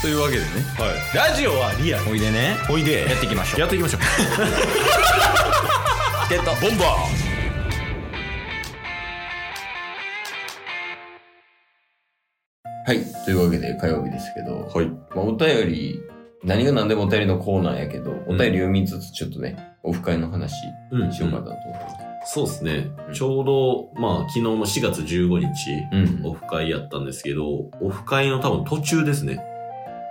というわけでねはい、ラジオはリアルおいでねおいでやっていきましょうやっていきましょうってたボンバはいというわけで火曜日ですけど、ーはいまあ、お便り何が何でもお便りのコーナーやけどお便り読みつつちょっとねオフ会の話うしようかなと思いますそうですねうんちょうどまあ昨日の4月15日うんオフ会やったんですけどオフ会の多分途中ですね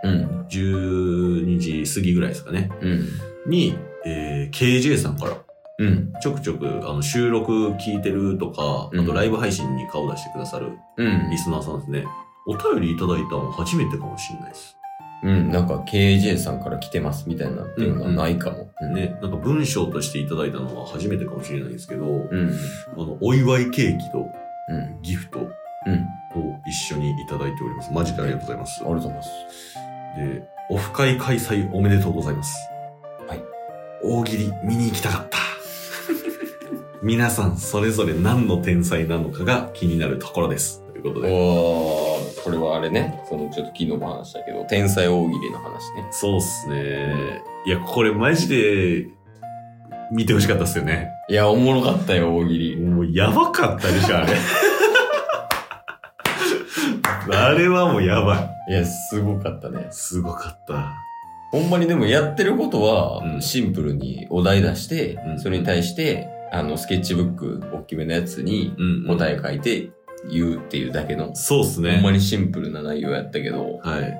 うん12時過ぎぐらいですかねうんに、えー KJ さんからうんちょくちょくあの収録聞いてるとか、うんあとライブ配信に顔出してくださるうんリスナーさんですね。お便りいただいたの初めてかもしれないです。うんなんか KJ さんから来てますみたいなっていうのがないかも、うん、ね、なんか文章としていただいたのは初めてかもしれないですけど、うんあの、お祝いケーキうとんギフトをうんあり一緒にいただいております。マジでありがとうございますがと。うございますで、オフ会開催おめでとうございます。はい。大喜利見に行きたか った。皆さんそれぞれ何の天才なのかが気になるところです。ということで。おーこれはあれねそのちょっと昨日も話したけど天才大喜利の話ねそうっすね。いや、これマジで見てほしかったっすよね。いやおもろかったよ大喜利もうやばかったでし ょ、あれ。あれはもうやばい。いやすごかったねすごかった。ほんまにでもやってることは、うんシンプルにお題出して、うんそれに対して、あの、スケッチブック、大きめのやつに、うんお題書いて言うっていうだけの、そうっすね。ほんまにシンプルな内容やったけど、はい。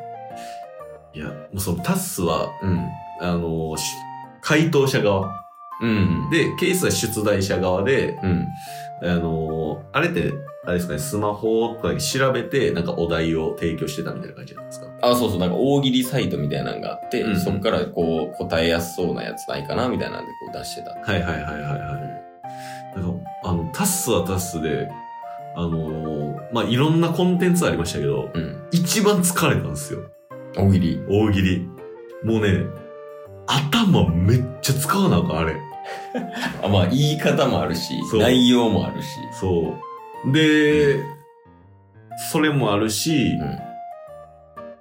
いや、もうそのタッスは、うん。あの、し回答者側。うん。で、ケースは出題者側で、うん。あの、あれって、あれですかね、スマホとかで調べて、なんかお題を提供してたみたいな感じなんですかあ、そうそう、なんか大喜利サイトみたいなのがあって、うんそっからこう、答えやすそうなやつないかな、みたいなんでこう出してた。はいはいはいはいはい。なんか、あの、タッスはタッスで、あのーまあ、いろんなコンテンツありましたけど、うん。一番疲れたんですよ。大喜利。大喜利。もうね、頭めっちゃ使わなあかん、あれ。あ、まあ、言い方もあるし、そう内容もあるし。そう。で、それもあるし、うん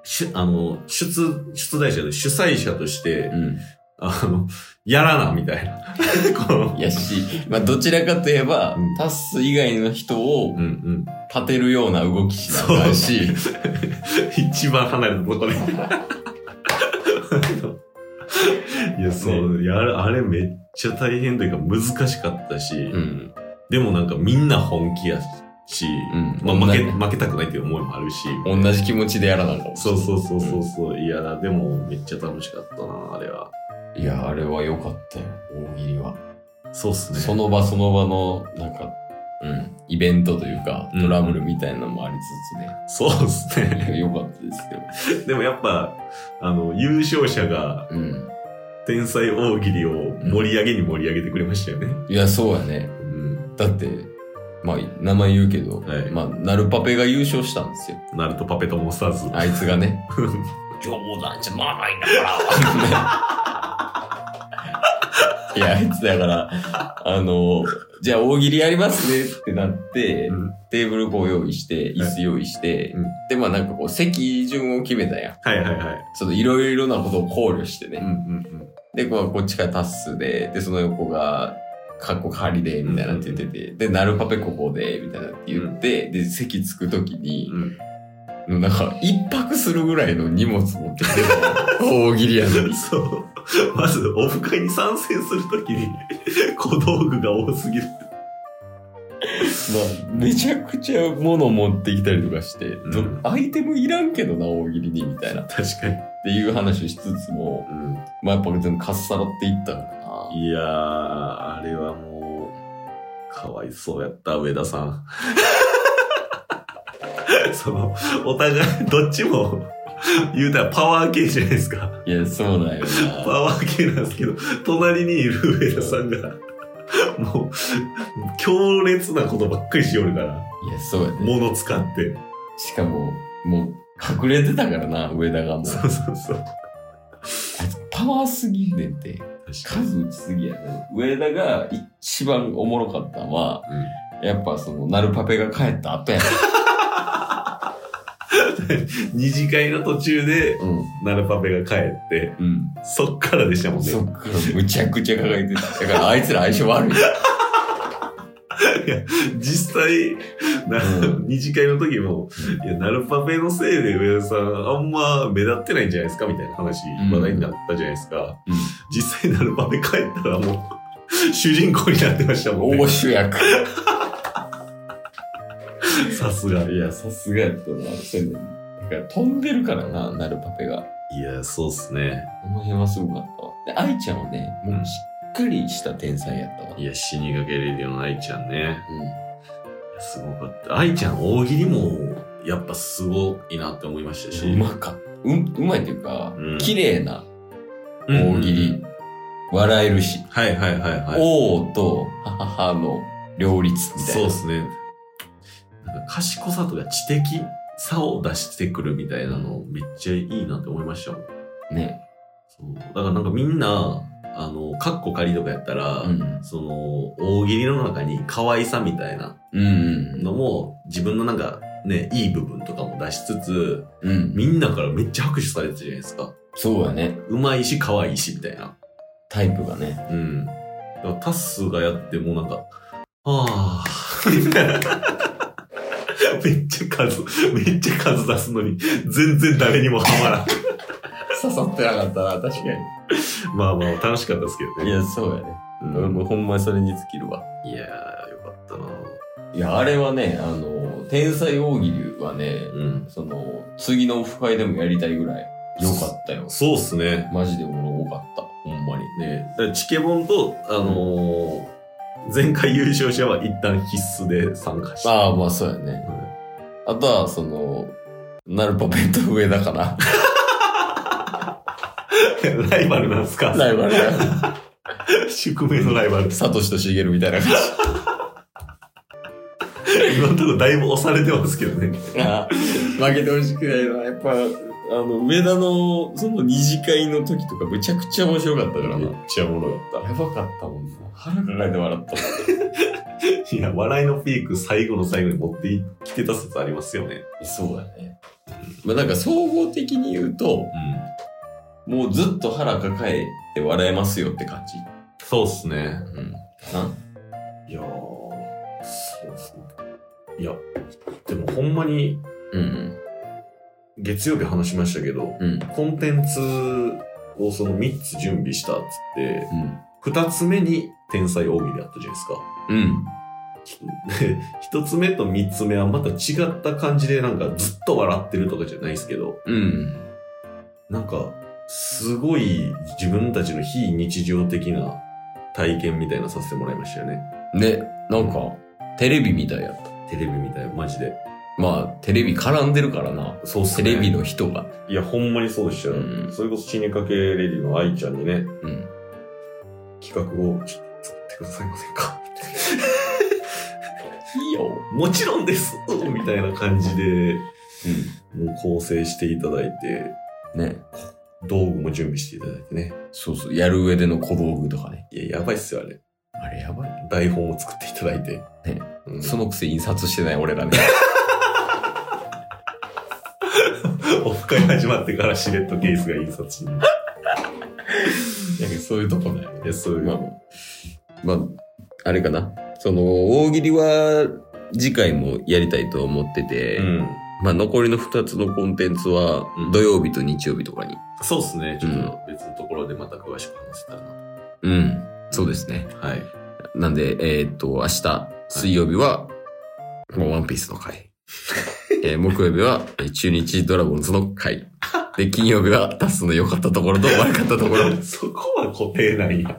しあの、出、出題者で主催者として、うん。あの、やらな、みたいな。 このやし、まあ、どちらかといえば、うんタッス以外の人をうんうん。 立てるような動きしなあかんし、一番離れたとこで。 いや、そう、いやあれ、あれめっちゃ大変というか難しかったし、うん。でもなんかみんな本気やし、うんまあ負け、同じ負けたくないという思いもあるし、同じ気持ちでやらなあかんそうそうそうそうそう、いや、でもめっちゃ楽しかったな、あれは。いや、あれは良かったよ、大喜利は。そうっすね。その場その場の、なんか、うん、イベントというか、うんトラブルみたいなのもありつそうっすつね、ね。 いや 良かったですよ。でもやっぱ、あの、優勝者がうん。天才大喜利を盛り上げに盛り上げてくれましたよね。いや、そうやね。うん。だって、まあ、名前言うけど、はいまあ、ナルパペが優勝したんですよ。ナルトパペとモンスターズ。あいつがね。冗談じゃないんだ いや、あいつだから、あの、じゃあ大喜利やりますねってなって、うんテーブルこう用意して、椅子用意して、うんで、まあなんかこう席順を決めたやん。はいはいはい。ちょっといろいろなことを考慮してうんね。うんで、こうこっちからタッスで、で、その横が、かっこかりで、みたいなって言ってて、で、なるパペここで、みたいなって言って、で、席着くときにう、ん。なんか一泊するぐらいの荷物持ってきてたの大喜利や のうん。 そう。まず、オフ会に参戦するときに、小道具が多すぎる。まあ、めちゃくちゃ物持ってきたりとかして、んどアイテムいらんけどな、大喜利に、みたいな。っ確かに。ていう話をしつつも、まあやっぱ全部かっさらっていったからな。いやー、あれはもう、かわいそうやった、上田さん。 その、お互い、どっちも、言うたらパワー系じゃないですか。いや、そう だよパワー系なんですけど、隣にいる上田さんが、もう、強烈なことばっかりしよるから、な。いや、そうやね。物使って。しかも、もう、隠れてたからな、上田がもう。そうそうそう。あいつパワーすぎんねんて。数打ちすぎやね上田が一番おもろかったのは、やっぱその、ナルパペが帰った後やね確二次会の途中で、うん。ナルパペが帰って、うん。そっからでしたもんねそ。っからむちゃくちゃ輝いてた。だからあいつら相性悪い。 実際、なう二次会の時も、いや、ナルパペのせいで上田さん、あんま目立ってないんじゃないですかみたいな話、ん話題になったじゃないですか。うん実際、ナルパペ帰ったらもう、 主人公になってましたもん大ね。主役。さすが。いいや、さすがやったな、そういうのに。だから飛んでるからな、なるパペが。や、そうっすね。この辺はすごかったわ。で、愛ちゃんはね、もうしっかりした天才やったわ。いや、死にかけレディオの愛ちゃんね。うすごかった。愛ちゃん、大喜利も、やっぱすごいなって思いましたし。ん。うまかった。うん、うまいっていうか、うん綺麗な、うん大喜利。笑えるし、はいはいはいはい。王と、はははの両立みたいな。そうですね。なんか賢さとか知的さを出してくるみたいなのめっちゃいいなって思いましたもん。ね。そうだからなんかみんな、あの、カッコ仮とかやったら、うん。その、大喜利の中に可愛さみたいなうん。のも、自分のなんかね、いい部分とかも出しつつ、うん。みんなからめっちゃ拍手されてたじゃないですか。そうやね。うまいし可愛いしみたいな。タイプが ね。うん。だからタッスがやってもなんか、ああ。みたいなめっちゃ数、めっちゃ数出すのに、全然誰にもハマらん。刺さってなかったな、確かまあまあ、楽しかったですけどに。いね。や、そうやね。うん俺もうほんまにそれに尽きるわ。いやー、よかったないや、あれはね、あの、天才大喜利はね、うん。その、次のオフ会でもやりたいぐらい、良かったよ。そうっすね。マジで俺多かった。ほんまに。ねだからチケボンと、あのー前回優勝者は一旦必須で参加して。ああ、まあそうやね。うんあとは、その、ナルパペット上だ から。 ライバルなんすかライバルや。宿命のライバル。サトシとシゲルみたいな感今のところだいぶ押されてますけどね。じ。 ああ負けてほしくないのは、やっぱ、あの、上田の、その二次会の時とか、むちゃくちゃ面白かったからめな。っちゃおもろかった。やばかったもんな。腹抱えて笑った。 いや、笑いのピーク最後の最後に持ってきてた説ありますよね。そうだね。まあなんか総合的に言うと、うん。もうずっと腹抱えて笑えますよって感じ。そうっすね。うん。かいやー、そうっすね。いや、でもほんまになうん。月曜日話しましたけど、うん。コンテンツをその3つ準備したっつって、うん。 2つ目に天才大喜利だったじゃないですか。 うん。で、1つ目と3つ目はまた違った感じでなんかずっと笑ってるとかじゃないですけど、うん。なんか、すごい自分たちの非日常的な体験みたいなさせてもらいましたよね。ね、なんか、テレビみたいやった。テレビみたい、マジで。まあ、テレビ絡んでるからな。そうっすテね。レビの人が。いや、ほんまにそうでしたよ。うんそれこそ死にかけレディの愛ちゃんにね、うん。企画をちょっと作ってください ませんか。いいよ。もちろんですみたいな感じで、うもう構成していただいて、ん。ね。道具も準備していただいてね。そうそう。やる上での小道具とかね。いや、やばいっすよ、あれ。あれやばい。台本を作っていただいて。ねうん そのくせ印刷してない俺ら ね。オフ会始まってからしれっとケースが印刷しに。 そういうとこだよ。いや、そういう。まあ、まあ、あれかな。その、大喜利は次回もやりたいと思ってて、うん。まあ残りの2つのコンテンツはうん土曜日と日曜日とかに。そうですね。ちょっと別のところでまた詳しく話せたらな。うん。そうですね。はい。なんで、えーっと、明日、水曜日は、もうワンピースの回。えー木曜日は、えー中日ドラゴンズの回。で、金曜日は、タスの良かったところと悪かったところ。 そこは固定なんや。